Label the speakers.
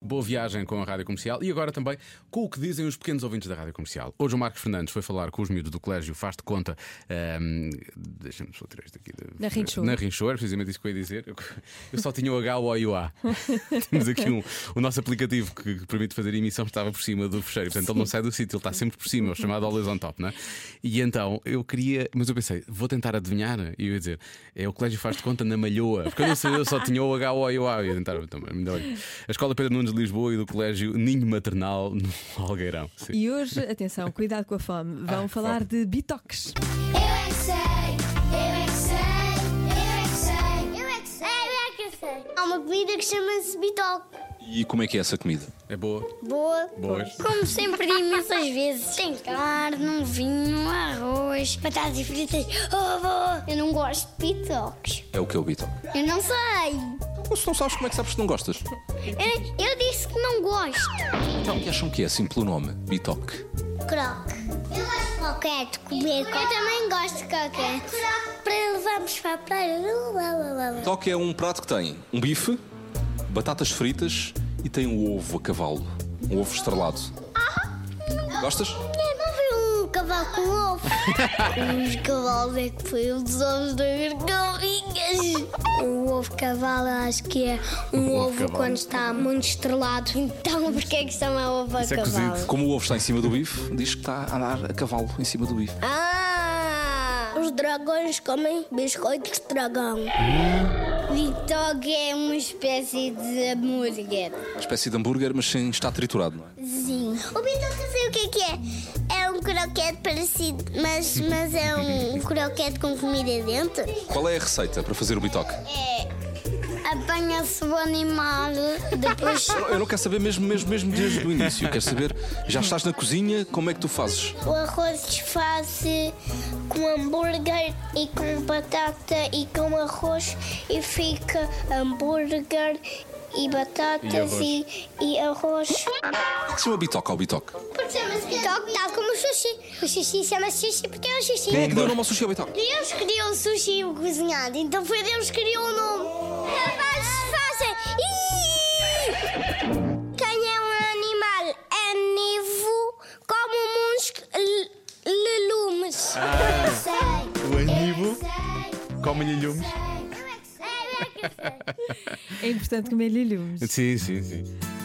Speaker 1: Boa viagem com a Rádio Comercial e agora também com o que dizem os pequenos ouvintes da Rádio Comercial. Hoje o Marcos Fernandes foi falar com os miúdos do colégio Faz de Conta. ehm, Deixa-me só tirar isto aqui. da-
Speaker 2: Na Rinchor.
Speaker 1: Na Rinchor, precisamente isso que eu ia dizer. Eu- Eu só tinha o H, o O e o A. Temos aqui um, o nosso aplicativo que que permite fazer emissão, estava por cima do fecheiro. Portanto, ele não sai do sítio, ele está sempre por cima, é o chamado Always on Top, não é? E então eu queria, mas eu pensei, vou tentar adivinhar e eu ia dizer, é o Colégio Faz de Conta na Malhoa, porque eu não sabia, eu só tinha o H, o O e o A. Eu ia tentar, então, ainda bem. A Escola Pedro Nunes de Lisboa e do Colégio Ninho Maternal no Algueirão. Sim.
Speaker 2: E hoje, atenção, cuidado com a fome. Vão
Speaker 1: Ah,
Speaker 2: falar
Speaker 1: fome.
Speaker 2: de bitox.
Speaker 3: Eu é que sei, eu é que sei, eu é que sei, eu é que sei, eu é que sei. Há uma comida que chama-se bitoque.
Speaker 4: E como é que é essa comida?
Speaker 1: É boa.
Speaker 3: Boa.
Speaker 1: Boas.
Speaker 3: Como sempre, imensas vezes. Tem carne, um vinho, um arroz, batatas fritas. Oh, boa. Eu não gosto de bitoques.
Speaker 4: É o que é o Vitor?
Speaker 3: Eu não sei.
Speaker 4: Se não sabes, como é que sabes que não gostas?
Speaker 3: Eu, eu disse que não gosto.
Speaker 4: Então, o que acham que é, assim pelo nome? Bitoque.
Speaker 3: Croque. Eu gosto de croquete, comer croque. Eu também gosto de croquete. Para levarmos para a praia.
Speaker 4: Bitoque é um prato que tem um bife, batatas fritas e tem um ovo a cavalo. Um ovo estrelado. Gostas?
Speaker 3: Eu não vi um cavalo com ovo. Os cavalos é que foi um dos ovos das galinhas. O ovo cavalo acho que é um
Speaker 1: ovo
Speaker 3: ovo,
Speaker 1: cavalo.
Speaker 3: quando está muito estrelado. Então porquê é que chama ovo a
Speaker 1: Isso é
Speaker 3: cavalo?
Speaker 1: cozido.
Speaker 4: Como o ovo está em cima do bife, diz que está a andar a cavalo em cima do bife.
Speaker 3: Ah! Os dragões comem biscoitos de dragão.
Speaker 1: Hum?
Speaker 3: Vitog é uma espécie de hambúrguer.
Speaker 4: Uma espécie de hambúrguer, mas sem estar triturado, não é?
Speaker 3: Sim. O bitoque eu sei o que é que é. É um croquete parecido, mas, mas é um croquete com comida dentro.
Speaker 4: Qual é a receita para fazer o bitoque?
Speaker 3: É. Apanha-se o animal, depois.
Speaker 4: Eu não quero saber mesmo, mesmo, mesmo desde o início. Quero saber, já estás na cozinha, como é que tu fazes?
Speaker 3: o arroz desfaz-se com hambúrguer e com batata e com arroz e fica hambúrguer e batatas e, e arroz.
Speaker 4: O que se chama bitoque ao bitoque?
Speaker 3: Porque chama-se bitoque, tal como o sushi. O sushi chama-se sushi porque é o sushi.
Speaker 4: Quem é que deu o nome ao sushi ao bitoque?
Speaker 3: Deus criou o sushi e o cozinhado, então foi Deus que criou o nome. Rapazes, fazem! Ih! Quem é um animal anivo como um uns l- legumes. Eu é sei.
Speaker 1: O anivo come legumes.
Speaker 3: Eu é que sei. Eu é que sei.
Speaker 2: É importante comer lilhos.
Speaker 1: Sim, sim, sim.